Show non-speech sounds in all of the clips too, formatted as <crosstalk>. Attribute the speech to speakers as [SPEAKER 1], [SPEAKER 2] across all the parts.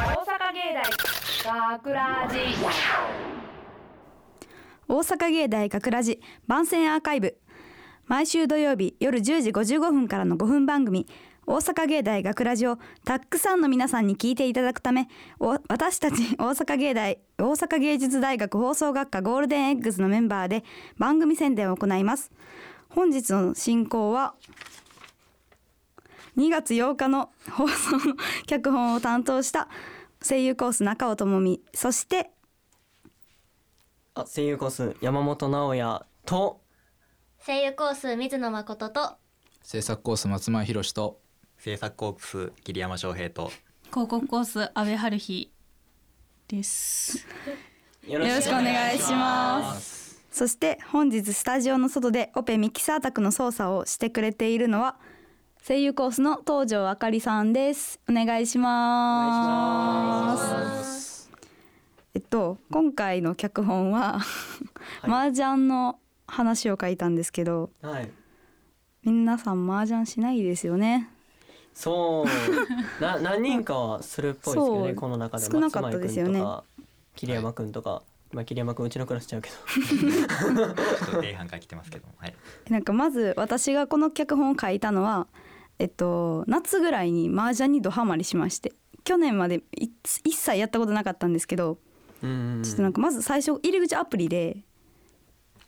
[SPEAKER 1] 芸大学ラジ
[SPEAKER 2] 大阪芸大学ラジ番宣アーカイブ毎週土曜日夜10時55分からの5分番組大阪芸大学ラジをたくさんの皆さんに聞いていただくためお私たち <laughs> 大阪芸大大阪芸術大学放送学科ゴールデンエッグズのメンバーで番組宣伝を行います本日の進行は2月8日の放送の脚本を担当した声優コース中尾智美そして
[SPEAKER 3] あ声優コース山本直哉と
[SPEAKER 4] 声優コース水野誠と
[SPEAKER 5] 制作コース松前宏と
[SPEAKER 6] 制作コープス桐山翔平と
[SPEAKER 7] 広告コース安倍春日です。
[SPEAKER 3] よ
[SPEAKER 2] よろしくお願いします。そして本日スタジオの外でオペミキサー宅の操作をしてくれているのは声優コースの東條あかりさんです。お願いします。えっと今回の脚本は、麻雀の話を書いたんですけど、
[SPEAKER 3] はい
[SPEAKER 2] 皆さん麻雀しないですよね。
[SPEAKER 3] そう
[SPEAKER 2] <laughs>
[SPEAKER 3] な何人かはするっぽいですけど
[SPEAKER 2] そ
[SPEAKER 3] ね
[SPEAKER 2] う
[SPEAKER 3] この中で
[SPEAKER 2] 少なかったですよね
[SPEAKER 3] 松前君とか桐山君とかまあ桐山君うちのクラスちゃうけど
[SPEAKER 6] ちょっと礼拝から来てますけども、はい、
[SPEAKER 2] なんかまず私がこの脚本を書いたのは、えっと、夏ぐらいに麻雀にドハマりしまして去年までい一切やったことなかったんですけど
[SPEAKER 3] うん
[SPEAKER 2] ちょっとなんかまず最初入り口アプリで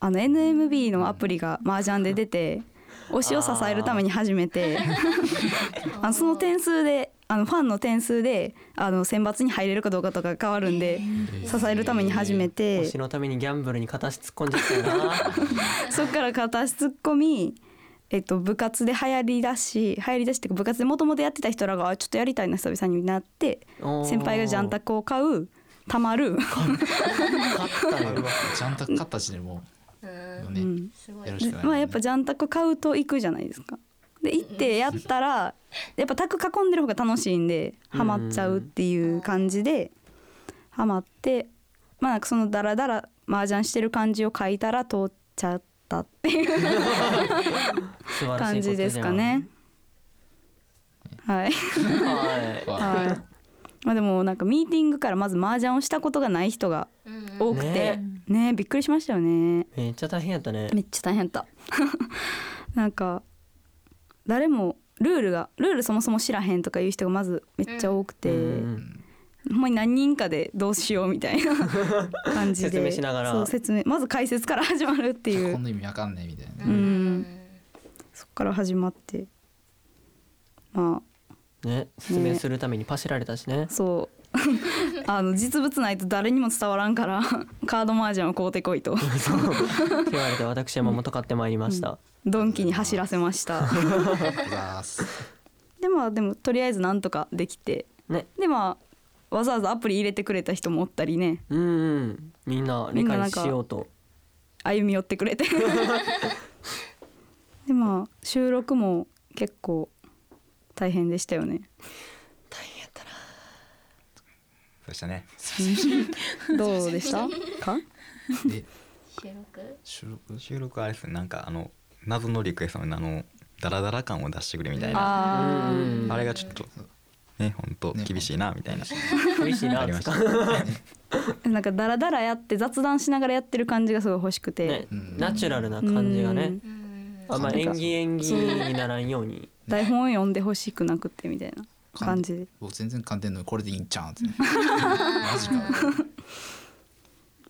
[SPEAKER 2] あの NMB のアプリが麻雀で出て推しを支えるために始めて <laughs> あのその点数であのファンの点数であの選抜に入れるかどうかとか変わるんで支えるために始めて。
[SPEAKER 3] 推しのためにギャンブルに片足突っ込んじゃったよな
[SPEAKER 2] そっから片足突っ込み、えっと、部活で流行りだし流行りだしっていうか部活でもともとやってた人らがあちょっとやりたいな久々になって <laughs>
[SPEAKER 3] おー
[SPEAKER 2] 先輩がジャンタクを買うたまる、
[SPEAKER 3] 勝ったよ
[SPEAKER 5] ちゃんと形でも
[SPEAKER 4] う
[SPEAKER 5] う、
[SPEAKER 4] ん
[SPEAKER 5] ね
[SPEAKER 2] うん
[SPEAKER 4] すごい
[SPEAKER 5] よろしくお願いします
[SPEAKER 2] まあやっぱジャンタク買うと行くじゃないですか。で行ってやったらやっぱ卓囲んでる方が楽しいんでハマっちゃうっていう感じでハマってまあなんかそのダラダラ麻雀してる感じを書いたら通っちゃったっていう
[SPEAKER 3] 素晴らしいことゃん
[SPEAKER 2] 感じですかね。はい、
[SPEAKER 3] はい
[SPEAKER 5] は
[SPEAKER 2] はい。 <laughs> まあでもなんかミーティングからまず麻雀をしたことがない人が
[SPEAKER 4] うん
[SPEAKER 2] 多くてね
[SPEAKER 3] ね
[SPEAKER 2] びっくりしましたよね。
[SPEAKER 3] めっちゃ大変やったね
[SPEAKER 2] めっちゃ大変だった。 <laughs> なんか誰もルールがルールそもそも知らへんとかいう人がまずめっちゃ多くて、
[SPEAKER 3] うん
[SPEAKER 2] ほんまに何人かでどうしようみた
[SPEAKER 3] <laughs>
[SPEAKER 2] いな感じで
[SPEAKER 3] 説明しながら
[SPEAKER 2] そう説明まず解説から始まるってい
[SPEAKER 5] い、こ
[SPEAKER 2] うん
[SPEAKER 5] な意味わかんねえみたいな、
[SPEAKER 2] うんそこから始まってまあ
[SPEAKER 3] ね説明するためにパシられたしね
[SPEAKER 2] そう <laughs> あの実物ないと誰にも伝わらんからカードマージャンを買うてこいと
[SPEAKER 3] って言われて私山本買ってまいりました、
[SPEAKER 2] ドンキに走らせました
[SPEAKER 3] <laughs>
[SPEAKER 5] うわーす
[SPEAKER 2] でまあでもとりあえずなんとかできて
[SPEAKER 3] ね
[SPEAKER 2] でまあわざわざアプリ入れてくれた人もおったりね
[SPEAKER 3] うんうんみんな理解しようと
[SPEAKER 2] 歩み寄ってく
[SPEAKER 3] <laughs>
[SPEAKER 2] れてでまあ収録も結構大変でしたよね
[SPEAKER 6] そうしたね
[SPEAKER 2] どうでした
[SPEAKER 3] <laughs>
[SPEAKER 2] か
[SPEAKER 5] で
[SPEAKER 4] 収録
[SPEAKER 5] 収録
[SPEAKER 6] 収録はあれですねなんかあの謎のリクエストのあのダラダラ感を出してくれみたいなあ
[SPEAKER 2] あ
[SPEAKER 3] うんうん
[SPEAKER 6] れがちょっとね本当
[SPEAKER 5] ね
[SPEAKER 6] 厳しいなみたいな、
[SPEAKER 3] 厳しいな
[SPEAKER 6] ありました
[SPEAKER 2] ーなんかダラダラやって雑談しながらやってる感じがすごい欲しくて、
[SPEAKER 3] ね
[SPEAKER 5] うん
[SPEAKER 3] ナチュラルな感じが
[SPEAKER 2] う
[SPEAKER 3] ね
[SPEAKER 2] ん
[SPEAKER 4] うん
[SPEAKER 3] あんま演技演技にならんように
[SPEAKER 2] 台本を読んでほしくなくてみたいな感じで
[SPEAKER 5] 僕全然勘でんのにこれでいいんちゃうんって、マジか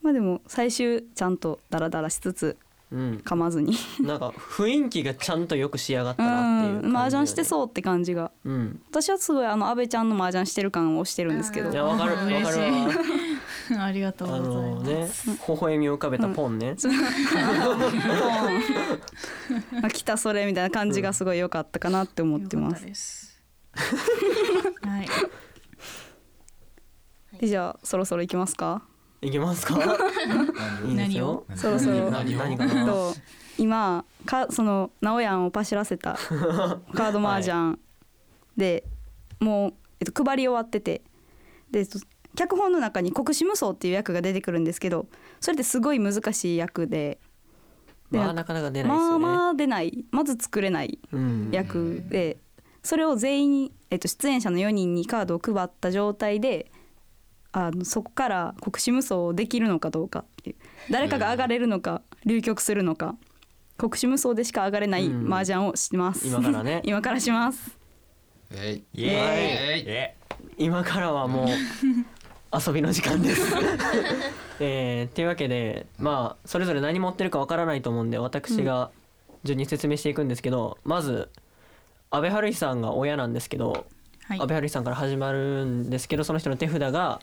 [SPEAKER 2] まあでも最終ちゃんとダラダラしつつ
[SPEAKER 3] うん
[SPEAKER 2] 噛まずに
[SPEAKER 3] なんか雰囲気がちゃんとよく仕上がった
[SPEAKER 2] う
[SPEAKER 3] なっていう感じ、
[SPEAKER 2] ん麻雀してそうって感じが
[SPEAKER 3] ううん
[SPEAKER 2] 私はすごいあの安倍ちゃんの麻雀してる感をしてるんですけど
[SPEAKER 3] い
[SPEAKER 2] ち
[SPEAKER 3] や
[SPEAKER 2] ょ
[SPEAKER 3] わかるわ
[SPEAKER 7] うん
[SPEAKER 3] かる
[SPEAKER 7] 嬉
[SPEAKER 3] わ
[SPEAKER 7] ありがとう
[SPEAKER 3] あ
[SPEAKER 7] ござい
[SPEAKER 3] の
[SPEAKER 7] ます。
[SPEAKER 3] ね微笑みを浮かべたポンね、
[SPEAKER 2] ポン <laughs> あ来たそれみたいな感じがすごい良かったかなって思ってま
[SPEAKER 7] よか
[SPEAKER 2] す
[SPEAKER 7] たです。はい。
[SPEAKER 4] た
[SPEAKER 2] でじゃあそろそろ行きます
[SPEAKER 3] <laughs>
[SPEAKER 2] か
[SPEAKER 3] いけますかいいですよ
[SPEAKER 2] そろそろ
[SPEAKER 3] 何何か
[SPEAKER 2] えっ
[SPEAKER 3] な
[SPEAKER 2] と今かその直哉をパシらせ
[SPEAKER 3] <laughs>
[SPEAKER 2] たカードマージャンで、もう、えっと、配り終わっててでえっと脚本の中に国士無双っていう役が出てくるんですけどそれってすごい難しい役でで
[SPEAKER 3] まあなかなか出ないです
[SPEAKER 2] ま
[SPEAKER 3] よ
[SPEAKER 2] あ
[SPEAKER 3] ね、
[SPEAKER 2] まあ出ないまず作れない
[SPEAKER 3] うん
[SPEAKER 2] 役で、それを全員に、えっと、出演者の4人にカードを配った状態であのそこから国士無双できるのかどうかっていう誰かが上がれるのか流局するのか国士無双でしか上がれない
[SPEAKER 3] うん
[SPEAKER 2] 麻雀をします、
[SPEAKER 3] 今からね
[SPEAKER 2] <laughs> 今からします
[SPEAKER 5] えい
[SPEAKER 6] イエ
[SPEAKER 5] え
[SPEAKER 6] ーイえ
[SPEAKER 3] 今からは <laughs> もう遊びの時間です。 <laughs> えー、というわけでまあそれぞれ何持ってるかわからないと思うんで私が順に説明していくんですけど、まず安倍晴日さんが親なんですけど、
[SPEAKER 7] はい
[SPEAKER 3] 安倍晴日さんから始まるんですけどその人の手札が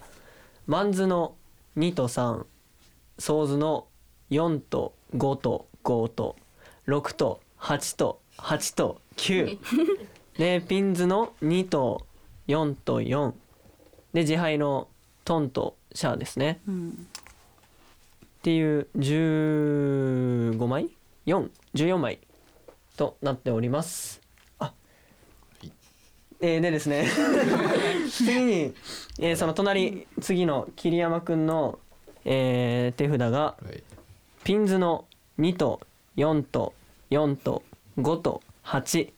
[SPEAKER 3] マンズの2と3ソーズの4と5と5と6と8と8と9 <laughs> でピンズの2と4と4で自敗のトンとシャアですね
[SPEAKER 2] うん
[SPEAKER 3] っていう15枚414枚となっておりますあえー、でですね次に、えーその隣次の桐山くんの、えー手札が
[SPEAKER 5] はい
[SPEAKER 3] ピンズの2と4と4と5と8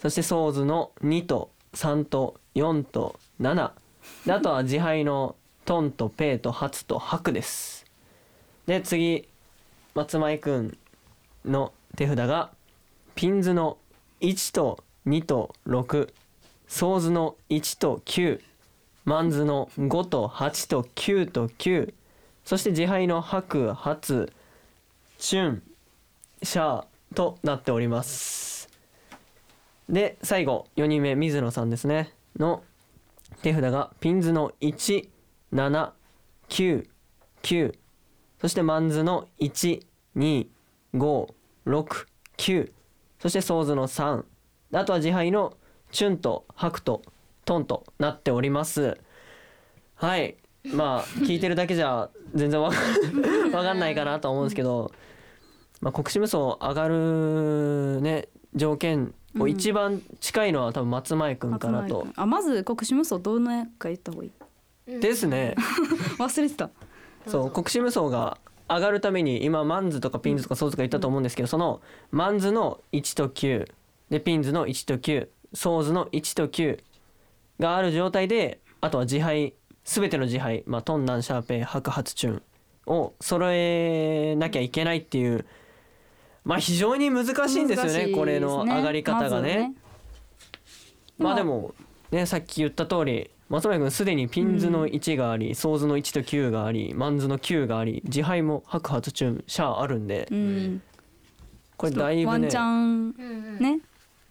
[SPEAKER 3] そしてソーズの2と3と4と7であとは自敗のトンとペイとハツとハクですで次松前くんの手札がピンズの1と2と6ソーズの1と9マンズの5と8と9と9そして自敗の白発チュンシャーとなっておりますで最後4人目水野さんですねの手札がピンズの179そしてマンズの12569そしてソーズの3あとは自敗のチュンとハクとトンとなっておりますはいまあ聞いてるだけじゃ全然わか
[SPEAKER 2] <laughs>
[SPEAKER 3] わかんないかなと思うんですけど、まあ、国士無双上がるね条件を一番近いのは多分松前君からと、
[SPEAKER 2] 松前君あまず国士無双どのやつか言った方がいい
[SPEAKER 4] うん
[SPEAKER 3] ですね
[SPEAKER 2] 忘れてた
[SPEAKER 4] どう
[SPEAKER 3] そう
[SPEAKER 4] ぞ
[SPEAKER 3] 国士無双が上がるために今マンズとかピンズとかソーズとか言ったと思うんですけど、そのマンズの1と9でピンズの1と9ソーズの1と9がある状態であとは自敗全ての自敗、まあ、トンナンシャーペイ白髪チュンを揃えなきゃいけないっていうまあ非常に難しいんですよ
[SPEAKER 2] 難しい
[SPEAKER 3] ねこれの上がり方が
[SPEAKER 2] まず
[SPEAKER 3] ね。まあでもねさっき言った通り松前君すでにピンズの1があり、ソーズの1と9がありマンズの9があり自敗も白髪チュンシャアあるんで、
[SPEAKER 2] うん
[SPEAKER 3] これだい
[SPEAKER 2] ワ
[SPEAKER 3] ぶね
[SPEAKER 2] ンチャン
[SPEAKER 4] うんうん
[SPEAKER 2] ね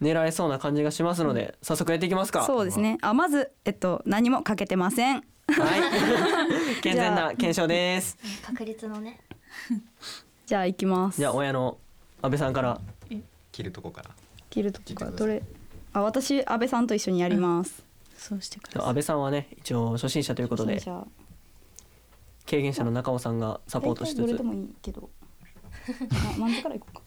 [SPEAKER 3] 狙えそうな感じがしますので早速やっていきますか
[SPEAKER 2] そうですねあまずえっと何もかけてません <laughs>
[SPEAKER 3] はい健全
[SPEAKER 2] じゃ
[SPEAKER 3] な
[SPEAKER 2] あ
[SPEAKER 3] 検証です
[SPEAKER 4] 確率のね
[SPEAKER 2] じゃあ行きます
[SPEAKER 3] じゃあ親の安倍さんから
[SPEAKER 6] 切るとこから
[SPEAKER 2] 切るとこからどれあ私安倍さんと一緒にやります、
[SPEAKER 7] そうしてくださ
[SPEAKER 3] 安倍さんはね一応初心者ということで
[SPEAKER 2] じゃあ
[SPEAKER 3] 経験者の中尾さんがサポートしつ
[SPEAKER 2] 大体どれ
[SPEAKER 3] つ
[SPEAKER 2] でもいいけどあマンズからいこうか
[SPEAKER 7] い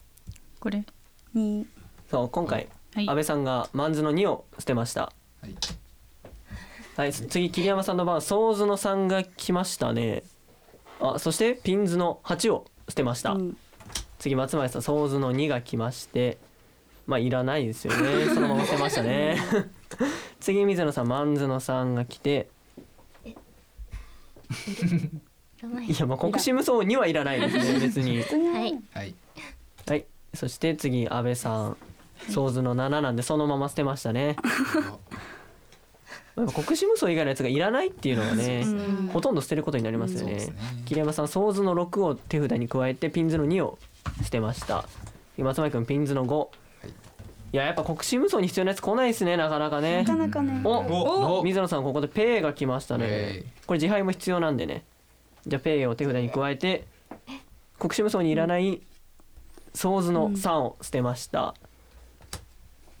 [SPEAKER 7] これ
[SPEAKER 2] に
[SPEAKER 3] そう今回
[SPEAKER 7] はい
[SPEAKER 3] 安倍さんがマンズの2を捨てました
[SPEAKER 5] はい
[SPEAKER 3] はい、す次桐山さんの番ソーズの3が来ましたねあそしてピンズの8を捨てました、
[SPEAKER 2] うん
[SPEAKER 3] 次松前さんソーズの2が来ましてまあいらないですよねそのまま捨てましたね <laughs> 次水野さんマンズの3が来て
[SPEAKER 4] うまい
[SPEAKER 3] いやまあ国士無双にはいらないですね別に
[SPEAKER 4] はい
[SPEAKER 5] はい
[SPEAKER 3] はいそして次安倍さんソーズの7なんでそのまま捨てましたね
[SPEAKER 5] あ
[SPEAKER 3] まあ国士無双以外のやつがいらないっていうのがね
[SPEAKER 2] うん
[SPEAKER 3] ほとんど捨てることになりますよ
[SPEAKER 5] そう
[SPEAKER 3] ね
[SPEAKER 5] ですね
[SPEAKER 3] 桐山さんソーズの6を手札に加えてピンズの2を捨てました松前君ピンズの5、い、ややっぱ国士無双に必要なやつ来ないですねなかなかね
[SPEAKER 2] なかなかね
[SPEAKER 3] お
[SPEAKER 5] お
[SPEAKER 3] 水野さんここでペイが来ましたね、
[SPEAKER 5] え
[SPEAKER 3] これ自敗も必要なんでねじゃあペイを手札に加えて国士無双にいらないソーズの3を捨てました、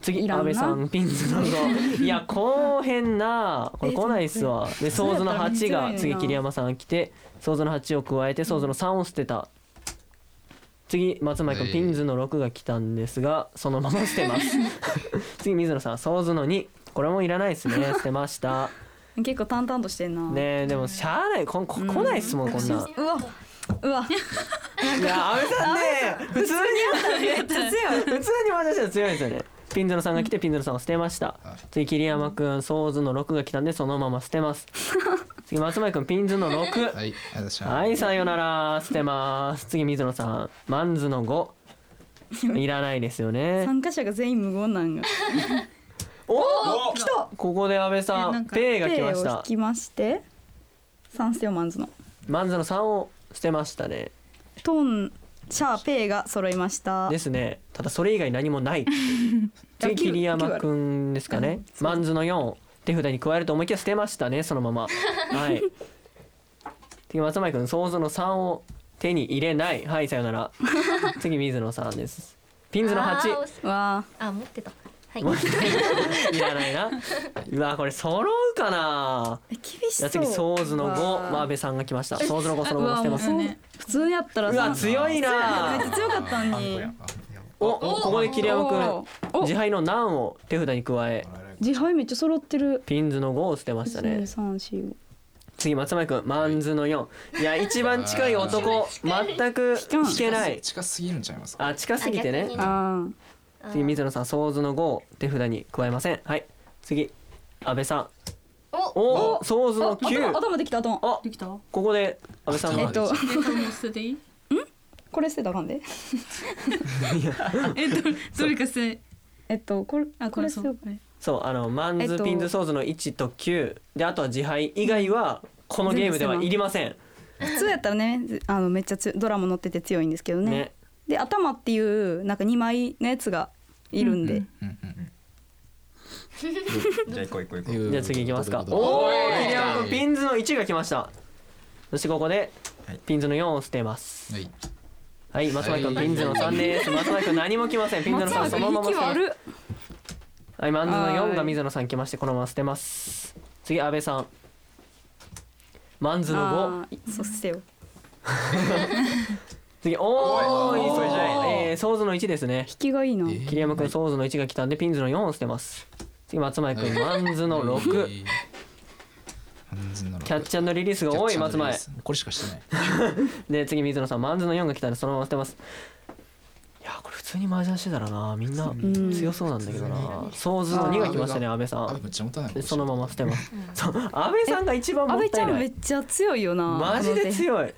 [SPEAKER 2] い
[SPEAKER 3] 次
[SPEAKER 2] らんな
[SPEAKER 3] 安倍さんピンズ
[SPEAKER 2] <laughs>
[SPEAKER 3] の5いやこうへんなこれ来ないっすわでソーズの
[SPEAKER 2] そうやっ
[SPEAKER 3] 8が
[SPEAKER 2] たらめっちゃいい
[SPEAKER 3] 次
[SPEAKER 2] な
[SPEAKER 3] 桐山さん来てソーズの8を加えてソーズの3を捨てた次松前君ピンズの6が来たんですがそのまま捨てます
[SPEAKER 5] <laughs>
[SPEAKER 3] 次水野さんソーズの2これもいらないですね捨てました
[SPEAKER 2] 結構淡々としてんな
[SPEAKER 3] ねえでもしゃあないこんこ来ないっすもんこんなん
[SPEAKER 2] うわうわ
[SPEAKER 3] いや阿部さんね普通に
[SPEAKER 2] めっちゃ強い
[SPEAKER 3] 普通に私は強いですよねピンズノさんが来てピンズノさんを捨てました
[SPEAKER 5] はい
[SPEAKER 3] 次桐山くんソーズの6が来たんでそのまま捨てます次松前くんピンズの6
[SPEAKER 5] はい、ありがとうございました
[SPEAKER 3] はいさよなら捨てます次水野さんマンズの5いらないですよね
[SPEAKER 2] 参加者が全員無言なんが
[SPEAKER 3] おお
[SPEAKER 2] 来た
[SPEAKER 3] ここで安倍
[SPEAKER 7] え
[SPEAKER 3] さ
[SPEAKER 7] なんんか
[SPEAKER 3] ペイが来
[SPEAKER 2] ペ
[SPEAKER 3] ま
[SPEAKER 2] イ
[SPEAKER 3] し
[SPEAKER 2] を引
[SPEAKER 3] た
[SPEAKER 2] きまして三セオマンズの
[SPEAKER 3] マンズの3を捨てましたね
[SPEAKER 2] トンシャーペイが揃いました
[SPEAKER 3] ですねただそれ以外何もない次桐山くんですかねマンズの4を手札に加えると思いきや捨てましたねそのままはい次松前くん想像の3を手に入れないはいさよなら次水野さんですピンズの
[SPEAKER 4] あー
[SPEAKER 3] 8
[SPEAKER 4] 惜しい
[SPEAKER 2] わ
[SPEAKER 4] あ持ってたはい
[SPEAKER 3] もう <laughs> いらないなうわこれ揃うかな
[SPEAKER 2] ー厳し
[SPEAKER 3] じ
[SPEAKER 2] そ
[SPEAKER 3] ゃ
[SPEAKER 2] う
[SPEAKER 3] あ次ソーズの5
[SPEAKER 2] わ
[SPEAKER 3] ま
[SPEAKER 2] ー
[SPEAKER 3] あ安倍さんが来ましたソーズの5そのまま捨てます
[SPEAKER 7] うわ
[SPEAKER 3] う
[SPEAKER 7] もうね
[SPEAKER 2] 普通やったら
[SPEAKER 3] わ
[SPEAKER 2] さ
[SPEAKER 3] 強いな
[SPEAKER 2] めっちゃ強かったのに
[SPEAKER 3] おここで桐山くん
[SPEAKER 2] お
[SPEAKER 3] 自敗の難を手札に加え
[SPEAKER 2] 自敗めっちゃ揃ってる
[SPEAKER 3] ピンズの5を捨てましたね
[SPEAKER 2] 三四五
[SPEAKER 3] 次松前くんマンズの4いや一番近い男全く引けない
[SPEAKER 5] 近すぎるんちゃいますか。
[SPEAKER 3] あ近すぎて
[SPEAKER 4] あ
[SPEAKER 3] ね
[SPEAKER 4] 逆に
[SPEAKER 2] あー
[SPEAKER 4] あー
[SPEAKER 3] 次水野さん想像の5を手札に加えませんはい次安倍さん
[SPEAKER 4] お
[SPEAKER 3] お
[SPEAKER 2] お
[SPEAKER 3] 想像の
[SPEAKER 2] あ頭
[SPEAKER 3] 9
[SPEAKER 2] 頭できた頭
[SPEAKER 3] あ
[SPEAKER 7] できたえ
[SPEAKER 3] ここで安倍さん
[SPEAKER 2] え
[SPEAKER 3] が
[SPEAKER 2] っと
[SPEAKER 7] これも捨てていい
[SPEAKER 2] これ捨てたらあかんで
[SPEAKER 7] <laughs> えどどれか捨て
[SPEAKER 2] えっとこれ
[SPEAKER 7] あ
[SPEAKER 2] こ
[SPEAKER 7] こ
[SPEAKER 2] れ
[SPEAKER 7] れ
[SPEAKER 2] 捨
[SPEAKER 7] そ
[SPEAKER 2] てよ
[SPEAKER 7] う
[SPEAKER 2] う
[SPEAKER 7] これ
[SPEAKER 3] そうあのマン
[SPEAKER 2] えっ
[SPEAKER 3] ズ
[SPEAKER 2] と
[SPEAKER 3] ピンズ想像の1と9であとは自敗以外はこのゲームではいりません
[SPEAKER 2] 普通やったらねず <laughs> あのめっちゃつドラマ載ってて強いんですけどね
[SPEAKER 3] ね
[SPEAKER 2] で頭っていうなんか2枚のやつがいるんで、
[SPEAKER 5] うんうん
[SPEAKER 6] じゃあ行こう行こう行こ
[SPEAKER 5] いうう
[SPEAKER 3] じゃあ次いきますか
[SPEAKER 5] どういうこと
[SPEAKER 3] おお桐山くんピンズの1が来ましたそしてここで
[SPEAKER 6] はい
[SPEAKER 3] ピンズの4を捨てます
[SPEAKER 5] はい。
[SPEAKER 3] はい、松前くん
[SPEAKER 5] はい
[SPEAKER 3] ピンズの三です。松前くん何も来ません。ピンズの三そのまま捨てます。
[SPEAKER 2] る
[SPEAKER 3] はい、マンズの四
[SPEAKER 2] は
[SPEAKER 3] が
[SPEAKER 2] い
[SPEAKER 3] 水野さん来ましてこのまま捨てます。次安倍さん。マンズの五。
[SPEAKER 2] そしてよ
[SPEAKER 3] 次おーい、
[SPEAKER 5] おー
[SPEAKER 3] それじゃない。えー、ソーズの一ですね。
[SPEAKER 2] 引きがいいな、
[SPEAKER 5] え
[SPEAKER 3] 桐山くんソーズの一が来たんでピンズの四を捨てます。次松前くんマンズの六。
[SPEAKER 5] えー。完全なの
[SPEAKER 3] キャッチャーのリリースが多い松前。。
[SPEAKER 5] これしかしてない。
[SPEAKER 3] で次水野さんマンズの四が来たんでそのまま捨てます。いやーこれ普通に麻雀してたらなみんな
[SPEAKER 2] ん
[SPEAKER 3] 強そうなんだけどな。ソーズの二が来ましたね安倍さん
[SPEAKER 5] あ。めっちゃ持たない。
[SPEAKER 3] でそのまま捨てます。そう、安倍さんが一番
[SPEAKER 2] 安
[SPEAKER 3] もっ
[SPEAKER 2] 倍ち
[SPEAKER 3] た
[SPEAKER 2] ゃ
[SPEAKER 3] い
[SPEAKER 2] ん
[SPEAKER 3] な
[SPEAKER 2] め
[SPEAKER 3] い。
[SPEAKER 2] っちゃ強いよな
[SPEAKER 3] マジで
[SPEAKER 2] い <laughs>
[SPEAKER 3] 強い。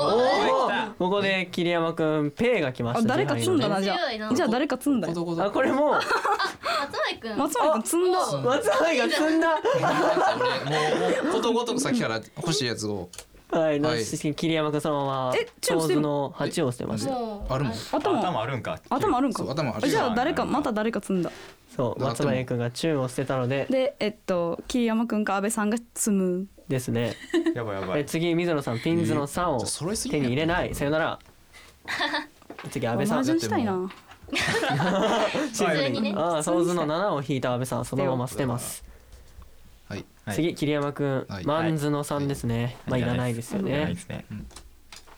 [SPEAKER 3] おおー、ここで桐山くんペイが来まし
[SPEAKER 2] あ
[SPEAKER 3] た。
[SPEAKER 2] 誰か積んだな
[SPEAKER 3] 自
[SPEAKER 2] じゃ
[SPEAKER 4] 強い
[SPEAKER 2] あ
[SPEAKER 4] な
[SPEAKER 2] じゃあ誰か積んだ
[SPEAKER 5] こ
[SPEAKER 2] よ
[SPEAKER 5] どこ
[SPEAKER 3] 販のね。あ、
[SPEAKER 5] どこ。
[SPEAKER 3] これもう
[SPEAKER 2] <laughs>
[SPEAKER 4] 松前くん
[SPEAKER 2] 松前君積んだ
[SPEAKER 4] お
[SPEAKER 3] 松原が積んだ。
[SPEAKER 5] 俺もうことごとくさっきから欲しいやつを。
[SPEAKER 3] はい、なし桐山くんそのまま
[SPEAKER 2] えちょっと捨
[SPEAKER 3] 長
[SPEAKER 2] て
[SPEAKER 3] 図
[SPEAKER 2] る
[SPEAKER 3] の八を捨てました。
[SPEAKER 4] もう
[SPEAKER 5] あるもん。
[SPEAKER 6] う
[SPEAKER 2] 頭
[SPEAKER 6] 頭あるんか
[SPEAKER 2] 頭あるん
[SPEAKER 5] そう
[SPEAKER 2] か
[SPEAKER 5] 頭ある
[SPEAKER 2] じゃあ誰か
[SPEAKER 6] 頭ある
[SPEAKER 2] また誰か積んだ
[SPEAKER 3] そう、松原くんが中を捨てたので
[SPEAKER 2] でえっと桐山君か安倍さんが積む
[SPEAKER 3] ですね。
[SPEAKER 6] やばいやば
[SPEAKER 3] え
[SPEAKER 6] い
[SPEAKER 3] 次水野さんピンズの三を
[SPEAKER 5] じゃあ揃いすぎ
[SPEAKER 3] 手に入れない。さよな
[SPEAKER 2] <laughs>
[SPEAKER 3] ら。次安倍さ
[SPEAKER 2] マ
[SPEAKER 3] ん
[SPEAKER 2] ージ。ョンしたいな
[SPEAKER 4] 普通にね
[SPEAKER 3] ああ、ソーズの七を引いた安倍さんそのまま捨てます。
[SPEAKER 5] はい。
[SPEAKER 6] はい
[SPEAKER 3] 次桐山くん、
[SPEAKER 5] はい
[SPEAKER 3] マンズの三ですね、
[SPEAKER 6] はい
[SPEAKER 3] まあいらないですよ
[SPEAKER 6] いらない
[SPEAKER 3] ね
[SPEAKER 6] ですね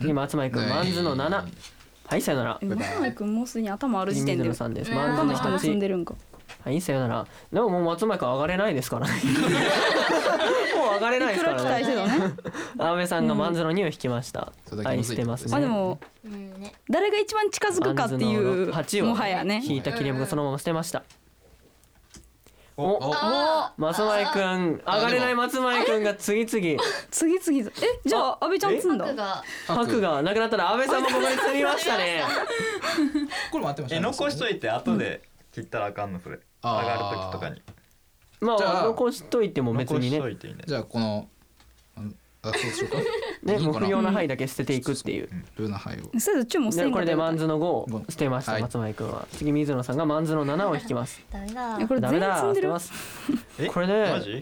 [SPEAKER 3] 次松前くん、
[SPEAKER 5] はい
[SPEAKER 3] マンズの
[SPEAKER 5] は
[SPEAKER 3] 七
[SPEAKER 5] い
[SPEAKER 3] はいさよなら
[SPEAKER 2] え松前君もうすでに頭ある時
[SPEAKER 3] 水
[SPEAKER 2] 点で
[SPEAKER 3] 野
[SPEAKER 2] 他
[SPEAKER 3] さんです
[SPEAKER 4] うん
[SPEAKER 3] マンズ
[SPEAKER 2] の
[SPEAKER 3] の
[SPEAKER 2] 人も積ん
[SPEAKER 3] 八
[SPEAKER 2] でるんか
[SPEAKER 3] はいさよならでももう松前くん上がれないで
[SPEAKER 2] <laughs>
[SPEAKER 3] すからねもう上がれない
[SPEAKER 2] い
[SPEAKER 3] で
[SPEAKER 2] く
[SPEAKER 3] すからら
[SPEAKER 2] 期待し
[SPEAKER 3] ね
[SPEAKER 2] てたね
[SPEAKER 3] 安倍さんがマンズの二を引きました、
[SPEAKER 5] それだ
[SPEAKER 3] は
[SPEAKER 5] け
[SPEAKER 3] い
[SPEAKER 5] むず
[SPEAKER 3] 捨
[SPEAKER 5] い
[SPEAKER 3] てますね
[SPEAKER 2] あでも
[SPEAKER 4] うんね
[SPEAKER 2] 誰が一番近づくかってい
[SPEAKER 3] マンズ
[SPEAKER 2] う
[SPEAKER 3] の八を
[SPEAKER 2] もはやね
[SPEAKER 3] 引いた桐山くんそのまま捨てましたお
[SPEAKER 5] お
[SPEAKER 4] あ
[SPEAKER 3] 松前くん上がれない松前くんが次々
[SPEAKER 2] 次々とえじゃあ安倍ちゃん積ん
[SPEAKER 4] ー
[SPEAKER 2] だ
[SPEAKER 4] 僕が
[SPEAKER 3] 白がなくなったら安倍さんもここに積みましたね
[SPEAKER 5] これ待ってました。
[SPEAKER 6] え残しといて後で切ったらあかんのそれ
[SPEAKER 5] あー
[SPEAKER 6] 上がる時とかに
[SPEAKER 3] ま
[SPEAKER 5] じ
[SPEAKER 3] あ
[SPEAKER 5] ゃあ
[SPEAKER 3] 残しといても別
[SPEAKER 6] 残
[SPEAKER 3] に
[SPEAKER 6] し
[SPEAKER 3] ね
[SPEAKER 6] といていいね
[SPEAKER 5] じゃあこのあのあそうしようか。
[SPEAKER 3] <laughs> ね、
[SPEAKER 5] いい
[SPEAKER 3] も
[SPEAKER 5] か
[SPEAKER 3] う
[SPEAKER 5] な
[SPEAKER 3] 不要な範囲だけ捨てていくっていう。
[SPEAKER 5] ルーナハイを。
[SPEAKER 2] せずチュもせんか
[SPEAKER 3] で
[SPEAKER 2] った
[SPEAKER 3] これでマンズの5を
[SPEAKER 5] ご
[SPEAKER 3] 捨てました、
[SPEAKER 5] はい
[SPEAKER 3] 松前くんは。次水野さんがマンズの7を引きます。
[SPEAKER 4] ダメだ
[SPEAKER 2] いやこれ
[SPEAKER 3] ダ
[SPEAKER 2] 全
[SPEAKER 3] メ
[SPEAKER 2] 員
[SPEAKER 3] だ
[SPEAKER 2] 積んで
[SPEAKER 3] 捨て
[SPEAKER 2] る
[SPEAKER 3] ます。
[SPEAKER 6] え
[SPEAKER 3] これね
[SPEAKER 6] マジ
[SPEAKER 4] も
[SPEAKER 2] い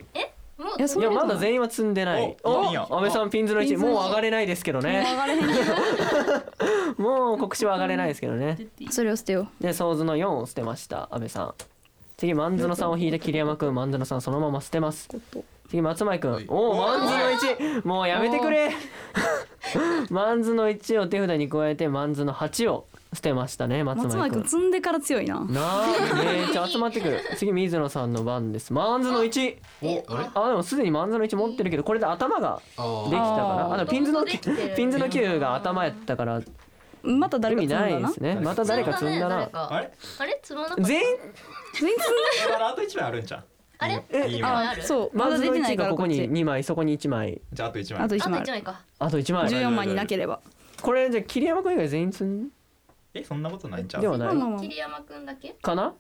[SPEAKER 2] や
[SPEAKER 4] う
[SPEAKER 2] そ
[SPEAKER 3] い
[SPEAKER 2] れ
[SPEAKER 3] やまだ全員は積んでない。
[SPEAKER 6] お
[SPEAKER 3] お
[SPEAKER 6] いいやん
[SPEAKER 3] 安倍さんピンズの
[SPEAKER 2] ピン
[SPEAKER 3] 1
[SPEAKER 2] ズの
[SPEAKER 3] も
[SPEAKER 2] 一
[SPEAKER 3] う上がれないですけどね。 <laughs> もう告知は上がれないですけどね
[SPEAKER 7] 捨。てていい
[SPEAKER 2] それを捨てよう
[SPEAKER 3] でソーズの4を捨てました安倍さん。次マンズの3を引いた桐山くんマンズの3そのまま捨てます。次松前くん、
[SPEAKER 5] はい
[SPEAKER 3] おおマンズの1もうやめてくれ <laughs> マンズの1を手札に加えてマンズの8を捨てましたね松
[SPEAKER 2] 松前
[SPEAKER 3] 前くん
[SPEAKER 2] 君積んでから強いな
[SPEAKER 3] なあめっちゃ集まってくる次水野さんの番ですマンズの1
[SPEAKER 5] おあれ
[SPEAKER 3] あでもすでにマンズの1持ってるけどこれで頭が
[SPEAKER 5] あ
[SPEAKER 3] で
[SPEAKER 5] ー
[SPEAKER 3] きたからあでもピンズの
[SPEAKER 4] できてる
[SPEAKER 3] ピンズの9が頭やったから
[SPEAKER 2] また
[SPEAKER 3] 意
[SPEAKER 2] 誰か
[SPEAKER 3] 味
[SPEAKER 2] 積んだ
[SPEAKER 3] ないで
[SPEAKER 2] な
[SPEAKER 3] すねまた誰か積んだ
[SPEAKER 4] 誰
[SPEAKER 3] な
[SPEAKER 4] か
[SPEAKER 6] あれ
[SPEAKER 4] あれつまんなかった
[SPEAKER 3] 全員
[SPEAKER 2] 全員積んだ
[SPEAKER 6] だからあと一枚あるんじゃん
[SPEAKER 4] あれ
[SPEAKER 6] えいい
[SPEAKER 4] あ
[SPEAKER 6] わ
[SPEAKER 4] ある
[SPEAKER 2] そうま
[SPEAKER 3] マ
[SPEAKER 2] だ
[SPEAKER 3] ズ
[SPEAKER 2] 出
[SPEAKER 3] の
[SPEAKER 2] てな
[SPEAKER 3] 1
[SPEAKER 2] いか
[SPEAKER 3] が
[SPEAKER 2] ら
[SPEAKER 3] ここに
[SPEAKER 2] こっ
[SPEAKER 3] 2枚そこに1枚
[SPEAKER 6] じゃああと一
[SPEAKER 2] ち
[SPEAKER 6] 枚
[SPEAKER 2] あと1枚あ
[SPEAKER 4] あと一
[SPEAKER 2] る
[SPEAKER 4] 枚か
[SPEAKER 3] あと1枚
[SPEAKER 2] 14枚になければ
[SPEAKER 3] これじゃあ桐山君以外全員積ん
[SPEAKER 6] えそんなことないんちゃう
[SPEAKER 3] ではな
[SPEAKER 2] まあ
[SPEAKER 3] い
[SPEAKER 2] まあまあ
[SPEAKER 4] 桐山くんだけ
[SPEAKER 3] かな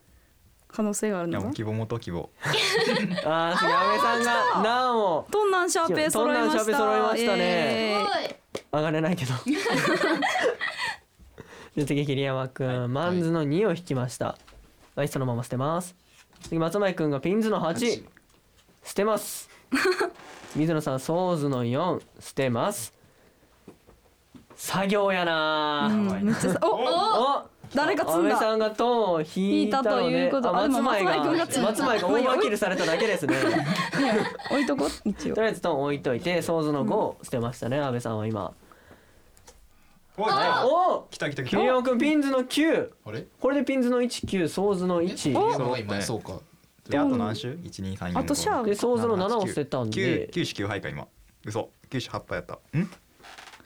[SPEAKER 2] 可能性がある
[SPEAKER 6] いや
[SPEAKER 2] の
[SPEAKER 6] も
[SPEAKER 2] か
[SPEAKER 6] う希望元希望
[SPEAKER 3] あー矢部さんがなお
[SPEAKER 2] トンナンシャーペイ揃いました
[SPEAKER 3] トンナンシャーペイ揃いましたね
[SPEAKER 4] す
[SPEAKER 2] イエーイ
[SPEAKER 4] ごい
[SPEAKER 3] 上がれないけど <laughs> で次桐山君、
[SPEAKER 6] はい
[SPEAKER 3] マンズの2を引きましたはいそのまま捨てます次松前君がピンズの8捨てます水野さんソーズの4捨てます作業やな
[SPEAKER 2] うん
[SPEAKER 3] ー、
[SPEAKER 2] めっちゃさお
[SPEAKER 3] お
[SPEAKER 2] 誰か積
[SPEAKER 3] 安
[SPEAKER 2] ん
[SPEAKER 3] 倍
[SPEAKER 2] だ
[SPEAKER 3] さんがトンを引いたの
[SPEAKER 2] 引いたとい
[SPEAKER 3] で
[SPEAKER 2] うこと
[SPEAKER 3] あ
[SPEAKER 2] あでも
[SPEAKER 3] 松前が
[SPEAKER 2] 松前君
[SPEAKER 4] が積んだ
[SPEAKER 3] 松前がオーバーキルされただけ <laughs> ですね
[SPEAKER 2] 置いとこう一応
[SPEAKER 3] とりあえずトン置いといてソーズの5を捨てましたね安倍さんは今
[SPEAKER 6] おい
[SPEAKER 3] お
[SPEAKER 6] 来た来た来
[SPEAKER 3] 桐山
[SPEAKER 6] た
[SPEAKER 3] 君ピンズの9
[SPEAKER 5] あれ
[SPEAKER 3] これでピンズの19ソーズの1
[SPEAKER 5] その今そうか
[SPEAKER 6] であと何周一二三四
[SPEAKER 2] あとシャア
[SPEAKER 3] でソーズの7を捨てたんで
[SPEAKER 6] 九九九杯か今嘘九種八杯やったん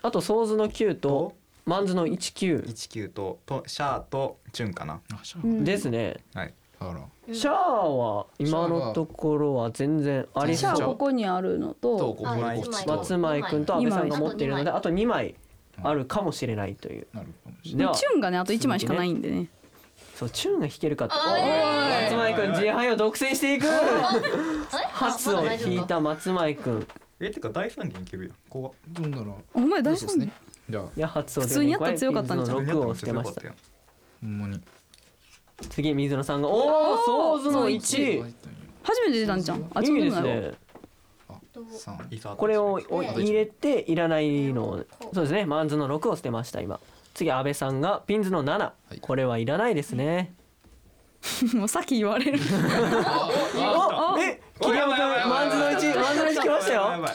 [SPEAKER 3] あとソーズの9と
[SPEAKER 6] と
[SPEAKER 3] マンズの19
[SPEAKER 6] 一九ととシャアとチュンかな
[SPEAKER 5] あシャ
[SPEAKER 2] うん
[SPEAKER 3] ですね
[SPEAKER 6] はい
[SPEAKER 5] アだから
[SPEAKER 4] うん
[SPEAKER 3] シャアは今のところは全然あり
[SPEAKER 2] じ
[SPEAKER 3] そ
[SPEAKER 2] ゃあ
[SPEAKER 5] シャア
[SPEAKER 2] こ
[SPEAKER 3] う
[SPEAKER 2] こにあるの
[SPEAKER 5] とことこ
[SPEAKER 4] あ
[SPEAKER 5] こに
[SPEAKER 4] 一
[SPEAKER 5] こっ
[SPEAKER 3] 松
[SPEAKER 4] 枚
[SPEAKER 5] ちと
[SPEAKER 3] 前君と安倍さんが持っているので
[SPEAKER 4] 二枚
[SPEAKER 3] あと2枚あるかもしれないという
[SPEAKER 5] なるかもしれ
[SPEAKER 3] では
[SPEAKER 2] チュンがねあと1枚しかないんでね
[SPEAKER 3] そうチューンが弾けるかと
[SPEAKER 4] あえ
[SPEAKER 3] 松
[SPEAKER 6] ー
[SPEAKER 3] 前君自販を独占していく
[SPEAKER 4] あれ
[SPEAKER 3] 初を引いた松前君
[SPEAKER 6] えてか第三弦いけるやんこ
[SPEAKER 5] ないどんなら
[SPEAKER 2] お前大
[SPEAKER 5] そ
[SPEAKER 2] 丈
[SPEAKER 5] う
[SPEAKER 2] 夫
[SPEAKER 5] ですねじゃあ
[SPEAKER 3] が初を
[SPEAKER 2] 普通にやったら強かったんじゃ
[SPEAKER 6] こ
[SPEAKER 2] ん
[SPEAKER 3] 6を捨てました
[SPEAKER 5] ほんまに
[SPEAKER 3] 次水野さんがおおソーズの1
[SPEAKER 2] 初めて出たんじゃんあちょ
[SPEAKER 3] いい
[SPEAKER 2] っ
[SPEAKER 3] で
[SPEAKER 2] と
[SPEAKER 3] す
[SPEAKER 2] ないわ
[SPEAKER 3] ね
[SPEAKER 5] 三
[SPEAKER 3] これを
[SPEAKER 4] ね
[SPEAKER 3] 入れていらないのをそうですねマンズの6を捨てました今次安倍さんがピンズの7、
[SPEAKER 5] い
[SPEAKER 3] これはいらないですね、
[SPEAKER 2] <laughs> もうさっき言わ
[SPEAKER 3] <laughs>
[SPEAKER 2] れる
[SPEAKER 3] おえ桐山君マンズの1マンズの1来ましたよ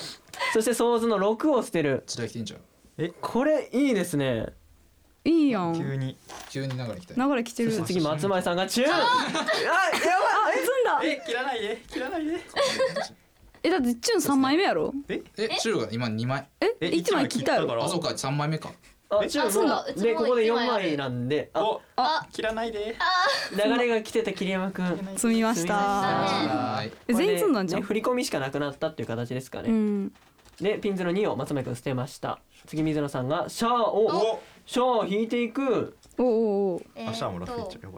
[SPEAKER 3] そしてソーズの6を捨てる
[SPEAKER 5] 時代来てんじゃん
[SPEAKER 3] これいいですね
[SPEAKER 2] いいやん
[SPEAKER 6] 急に
[SPEAKER 5] 急に流れ来たよ
[SPEAKER 2] 流れ来てる
[SPEAKER 3] そして次松前さんがチューンあ
[SPEAKER 2] あ積んだ
[SPEAKER 6] え切らないで切らないで
[SPEAKER 2] えだってチュン3枚目やろ
[SPEAKER 5] えシュルが今二枚
[SPEAKER 2] え一枚切ったやろ
[SPEAKER 5] あそうか三枚目か
[SPEAKER 3] やばいあチューン
[SPEAKER 4] あそうだ
[SPEAKER 3] もう
[SPEAKER 4] うちも
[SPEAKER 3] でここで4
[SPEAKER 4] 一枚ある
[SPEAKER 3] 枚なんであ
[SPEAKER 6] お切らないで
[SPEAKER 3] 流れが来てた桐山君
[SPEAKER 2] 積みまし
[SPEAKER 4] 積みました
[SPEAKER 2] た
[SPEAKER 4] ね
[SPEAKER 5] はい
[SPEAKER 2] え全員積んだんじゃん
[SPEAKER 3] これでね振り込みしかなくなったっていう形ですかね、
[SPEAKER 2] うん
[SPEAKER 3] でピンズの2を松前君捨てました次水野さんがシャアを
[SPEAKER 6] お
[SPEAKER 3] シャアを引いていく
[SPEAKER 2] おおお
[SPEAKER 4] えー
[SPEAKER 6] あ
[SPEAKER 4] っ
[SPEAKER 6] シャアもラストいっち
[SPEAKER 4] と
[SPEAKER 6] ゃうやば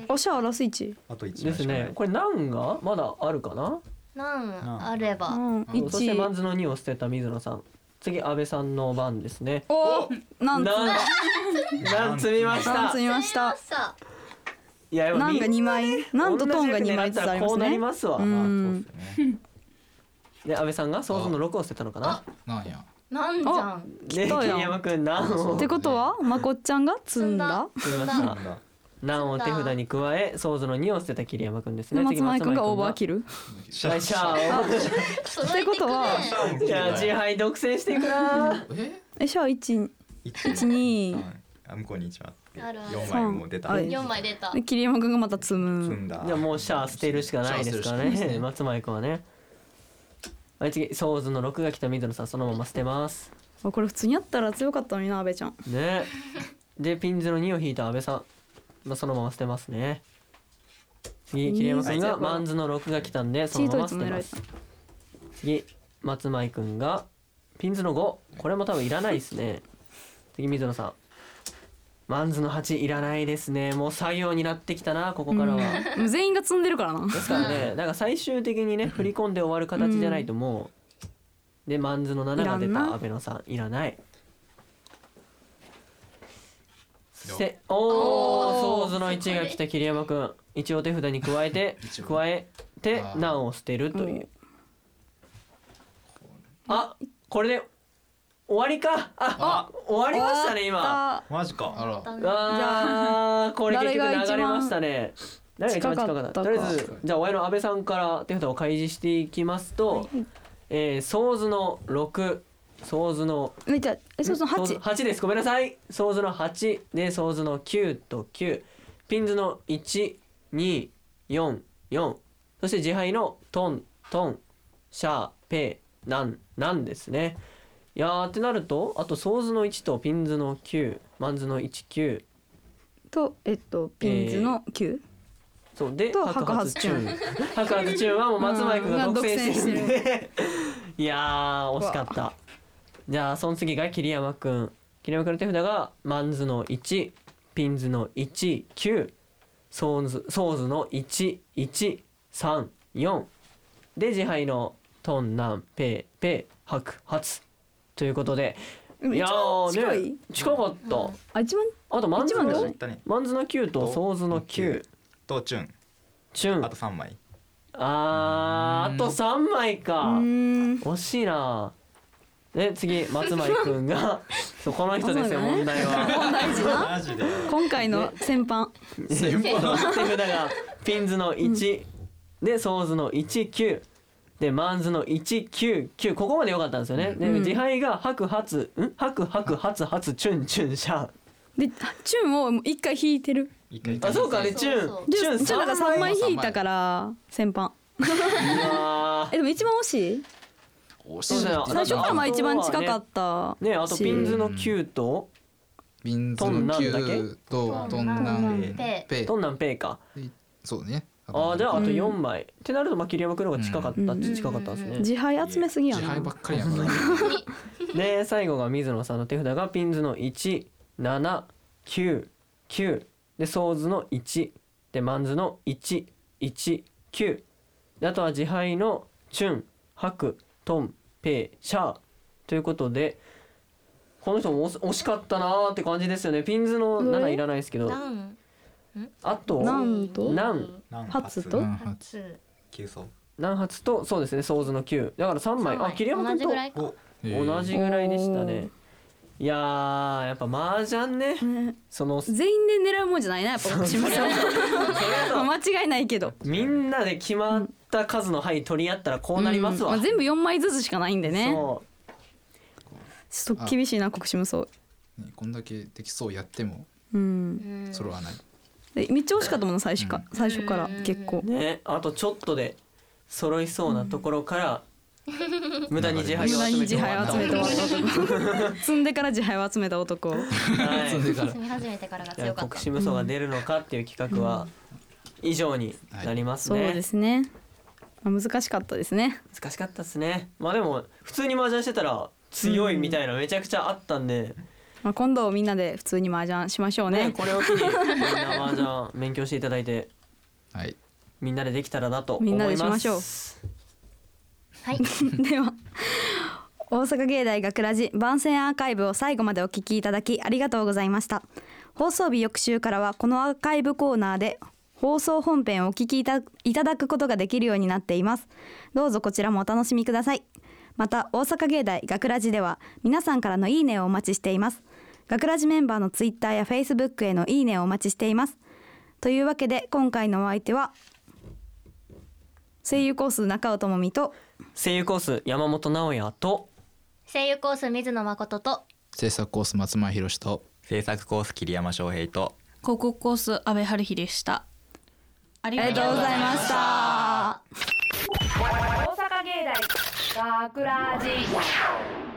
[SPEAKER 6] い
[SPEAKER 2] おあシャアラス1
[SPEAKER 6] あと一枚
[SPEAKER 3] で
[SPEAKER 6] し
[SPEAKER 3] す
[SPEAKER 6] かない
[SPEAKER 3] ねこれ何がまだあるかな
[SPEAKER 4] なんあれ
[SPEAKER 2] う
[SPEAKER 4] ば
[SPEAKER 2] ん
[SPEAKER 3] そしてマン
[SPEAKER 2] 1
[SPEAKER 3] ズの2を捨てた水野さん次安倍さんの番ですね
[SPEAKER 2] おなんつ
[SPEAKER 3] なんなん積みまし
[SPEAKER 2] なん
[SPEAKER 3] た
[SPEAKER 2] 積みました
[SPEAKER 4] さあ
[SPEAKER 3] いややっぱ
[SPEAKER 2] なんが
[SPEAKER 3] み
[SPEAKER 2] 2枚なんとトンが2枚ずつありま
[SPEAKER 3] こ
[SPEAKER 2] す
[SPEAKER 3] うなり
[SPEAKER 2] ね
[SPEAKER 3] ますわ、
[SPEAKER 2] う
[SPEAKER 6] あ
[SPEAKER 2] ん
[SPEAKER 6] そうっすよね
[SPEAKER 3] で安倍さんが想像の6を捨てたのかな
[SPEAKER 5] なんや
[SPEAKER 4] なんじゃん
[SPEAKER 3] で
[SPEAKER 2] た
[SPEAKER 3] 桐
[SPEAKER 2] やん
[SPEAKER 3] 山君何を
[SPEAKER 2] ってことはまこっちゃんが積んだ
[SPEAKER 3] 積みま
[SPEAKER 4] 積ん
[SPEAKER 3] し
[SPEAKER 6] な
[SPEAKER 3] た
[SPEAKER 6] んだ
[SPEAKER 3] 何を手札に加え想像の2を捨てた桐山君ですね
[SPEAKER 2] で松前くんがオーバー
[SPEAKER 3] ル
[SPEAKER 2] キル
[SPEAKER 6] シャア
[SPEAKER 3] シャアを
[SPEAKER 4] 揃え
[SPEAKER 2] ってことは
[SPEAKER 4] てくね
[SPEAKER 3] いや自敗独占していくなー
[SPEAKER 5] え
[SPEAKER 2] えシャア1
[SPEAKER 6] 一
[SPEAKER 2] 2
[SPEAKER 6] あ向こうに一枚
[SPEAKER 4] あるある
[SPEAKER 6] 四枚もう出た
[SPEAKER 2] はい
[SPEAKER 6] 積
[SPEAKER 4] 四枚出た
[SPEAKER 2] で桐山くんがまた積む
[SPEAKER 5] <laughs>
[SPEAKER 6] んだ
[SPEAKER 3] じゃあもうシャア捨てるしかないですから
[SPEAKER 5] シャア捨てるしかないです
[SPEAKER 3] ね
[SPEAKER 5] ね
[SPEAKER 3] 松前君はねはい次ソーズの6が来た水野さんそのまま捨てます
[SPEAKER 2] あこれ普通にやったら強かったのにな阿部ちゃん
[SPEAKER 3] ねでピンズの2を引いた安倍さん、まあ、そのまま捨てますね次桐山君がマンズの6が来たんでそ
[SPEAKER 2] チ
[SPEAKER 3] の
[SPEAKER 2] ー
[SPEAKER 3] ま
[SPEAKER 2] トイツ
[SPEAKER 3] ま捨
[SPEAKER 2] も
[SPEAKER 3] て
[SPEAKER 2] やら
[SPEAKER 3] ま
[SPEAKER 2] れ
[SPEAKER 3] す
[SPEAKER 2] た
[SPEAKER 3] 次松前くんがピンズの5これも多分いらないですね次水野さんマンズの8いらないですねもう作業になってきたなここからは、で
[SPEAKER 2] もう全員が積んでるからな
[SPEAKER 3] すからねなんか最終的にね振り込んで終わる形じゃないともう、でマンズの7が出
[SPEAKER 2] いらん
[SPEAKER 3] た
[SPEAKER 2] な
[SPEAKER 3] 阿部野さんいらないそしておおソーズの1が来た桐山くん一応手札に加えて
[SPEAKER 5] 一応
[SPEAKER 3] 加えて
[SPEAKER 5] あー
[SPEAKER 3] 難を捨てるというあこれで終わりかあ終わりましたね今
[SPEAKER 2] あ
[SPEAKER 6] マジか
[SPEAKER 5] あら
[SPEAKER 4] だんだん
[SPEAKER 3] あーこれ
[SPEAKER 2] 誰
[SPEAKER 3] 結
[SPEAKER 2] が一
[SPEAKER 3] 局流
[SPEAKER 2] 番
[SPEAKER 3] れましたね誰が一番近か
[SPEAKER 2] 近か
[SPEAKER 3] っ
[SPEAKER 2] ったたか
[SPEAKER 3] とりあえずじゃあ親の安倍さんから手札を開示していきますと、えー、ソーズの6ソーズの
[SPEAKER 2] えじゃあえそうそう
[SPEAKER 3] ソーズ
[SPEAKER 2] 8
[SPEAKER 3] 8ですごめんなさいソーズの8でソーズの9と9ピンズの1244そして自敗のトントンシャーペーナンナンですねいやーってなるとあとソーズの1とピンズの9マンズの19
[SPEAKER 2] とえっとピンズの9
[SPEAKER 3] そうで
[SPEAKER 2] と
[SPEAKER 3] 白髪チューン
[SPEAKER 2] 白
[SPEAKER 3] <laughs> 白髪チューンはもう松前くんが
[SPEAKER 7] うん
[SPEAKER 3] 独占してるんで <laughs> いやー惜しかったじゃあその次が桐山くん桐山くんの手札がマンズの1ピンズの19ソーズソーズの1134で自敗のトンナンペイペイ白髪ということでいやー
[SPEAKER 2] 近い
[SPEAKER 3] ね近かった、
[SPEAKER 2] あ一番
[SPEAKER 3] あとマンズ
[SPEAKER 2] 一番だよ
[SPEAKER 3] の
[SPEAKER 2] ね
[SPEAKER 6] だね
[SPEAKER 3] マンズの9とソーズの9
[SPEAKER 6] とチュン
[SPEAKER 3] チュン
[SPEAKER 6] あと3枚
[SPEAKER 3] あーあと三枚
[SPEAKER 2] う
[SPEAKER 3] か
[SPEAKER 2] ーん
[SPEAKER 3] 惜しいなで次松前くん <laughs> がそうこの人ですよ
[SPEAKER 2] あそうだね
[SPEAKER 3] 問題 <laughs> は
[SPEAKER 2] 大事な
[SPEAKER 6] マジで
[SPEAKER 2] 今回の先般
[SPEAKER 3] 先方の手札がピンズの1、でソーズの19でマンズの199ここまで良かったんですよね、で
[SPEAKER 2] うん
[SPEAKER 3] 自敗が白髪ん白白白白チュンチュンシャン
[SPEAKER 2] でチューンを一回引いてる
[SPEAKER 6] 一回
[SPEAKER 3] あそうかあれチュ
[SPEAKER 4] そうそ
[SPEAKER 3] ン
[SPEAKER 4] う
[SPEAKER 2] で
[SPEAKER 3] チ
[SPEAKER 2] チ
[SPEAKER 3] ュ
[SPEAKER 2] ュ
[SPEAKER 3] ン
[SPEAKER 2] ーンだから
[SPEAKER 3] 3
[SPEAKER 2] 3枚
[SPEAKER 3] 枚
[SPEAKER 2] 引いたから先般
[SPEAKER 3] うわ
[SPEAKER 2] えでも一番惜しい
[SPEAKER 5] 惜し
[SPEAKER 3] そう
[SPEAKER 5] い
[SPEAKER 3] だよ
[SPEAKER 2] 最初からまあ一番近かった
[SPEAKER 3] ーねあとピンズの9と
[SPEAKER 5] ビンズ
[SPEAKER 3] トンな
[SPEAKER 5] の
[SPEAKER 3] んだっけ
[SPEAKER 5] 9とトンナン
[SPEAKER 4] ペ
[SPEAKER 5] ペイ
[SPEAKER 3] トンナンペイか
[SPEAKER 5] そうね
[SPEAKER 3] あーじゃああ
[SPEAKER 2] う
[SPEAKER 3] と
[SPEAKER 2] ん
[SPEAKER 3] 4枚、ってなるとまあ桐山君の方が近かったっ
[SPEAKER 2] う
[SPEAKER 3] て
[SPEAKER 2] ん
[SPEAKER 3] 近かったですね、
[SPEAKER 2] 自敗集めすぎや
[SPEAKER 5] 自
[SPEAKER 2] な
[SPEAKER 5] 敗ばっかりやから
[SPEAKER 3] で最後が水野さんの手札がピンズの1799でソーズの1でマンズの119であとは自敗のチュンハクトンペイシャーということでこの人も惜惜しかったなーって感じですよねピンズの7いらないですけど
[SPEAKER 4] なん
[SPEAKER 3] あと
[SPEAKER 2] な
[SPEAKER 4] なんん
[SPEAKER 2] と
[SPEAKER 3] なん
[SPEAKER 2] 初と
[SPEAKER 5] うん
[SPEAKER 4] 初
[SPEAKER 6] 急走
[SPEAKER 3] 南発とそうですねソーズの9だから3枚あ桐山
[SPEAKER 4] 同
[SPEAKER 3] 君
[SPEAKER 4] じ
[SPEAKER 3] と
[SPEAKER 4] ぐらいか
[SPEAKER 6] お
[SPEAKER 3] 同じぐらいでしたね。いやーやっぱ麻雀ね
[SPEAKER 2] ね
[SPEAKER 3] そのそれ
[SPEAKER 2] 全員で狙うもんじゃないなやっぱ私もさ
[SPEAKER 3] と
[SPEAKER 2] 間違いないけど
[SPEAKER 3] みんなで決まった数の牌取り合ったらこうなりますわ。
[SPEAKER 2] うんあ全部4枚ずつしかないんでね
[SPEAKER 3] そ
[SPEAKER 2] ちょっと厳しいな国士無双
[SPEAKER 5] ねこんだけできそうやっても
[SPEAKER 2] うん
[SPEAKER 4] うん
[SPEAKER 5] 揃わない
[SPEAKER 2] でめっちゃ惜しかったもんな最初か最初から結構
[SPEAKER 3] うねあとちょっとで揃いそうなところから、無駄に自敗
[SPEAKER 2] 無
[SPEAKER 3] を
[SPEAKER 2] 駄に
[SPEAKER 3] 集
[SPEAKER 2] 自
[SPEAKER 3] めて
[SPEAKER 2] 敗を集めて終わった男積んでから自敗を集めた男
[SPEAKER 3] はい
[SPEAKER 5] それ
[SPEAKER 4] <laughs>
[SPEAKER 5] から
[SPEAKER 4] 住み始めてからが
[SPEAKER 3] じゃ
[SPEAKER 4] 強
[SPEAKER 3] あ
[SPEAKER 4] かっ
[SPEAKER 3] 国
[SPEAKER 4] た
[SPEAKER 3] 士無双が出るのかっていう企画は以上になります
[SPEAKER 2] そう
[SPEAKER 3] ね。
[SPEAKER 2] ですねまあ難しかったですね
[SPEAKER 3] 難しかったですねまあでも普通に麻雀してたら強いみたいなめちゃくちゃあったんで、
[SPEAKER 2] まあ今度みんなで普通に麻雀しましょう
[SPEAKER 3] ね
[SPEAKER 2] ね
[SPEAKER 3] これを機にみんな麻雀勉強していただいて
[SPEAKER 5] はい
[SPEAKER 3] みんなでできたらなと思い
[SPEAKER 2] みん
[SPEAKER 3] ます
[SPEAKER 2] なでしましょう
[SPEAKER 4] は
[SPEAKER 2] <laughs>
[SPEAKER 4] い
[SPEAKER 2] では大阪芸大学ラジ番宣アーカイブを最後までお聞きいただきありがとうございました放送日翌週からはこのアーカイブコーナーで放送本編をお聞きいたいただくことができるようになっていますどうぞこちらもお楽しみくださいまた大阪芸大学ラジでは皆さんからのいいねをお待ちしています学ラジメンバーのツイッターやフェイスブックへのいいねをお待ちしていますというわけで今回のお相手は声優コース中尾智美と
[SPEAKER 3] 声優コース山本直哉と
[SPEAKER 4] 声優コース水野誠と
[SPEAKER 5] 制作コース松前宏と
[SPEAKER 6] 制作コース桐山翔平と
[SPEAKER 7] 広告コース安倍春日でしたあり
[SPEAKER 2] ありがとうございました。
[SPEAKER 1] 大阪芸大学ラジ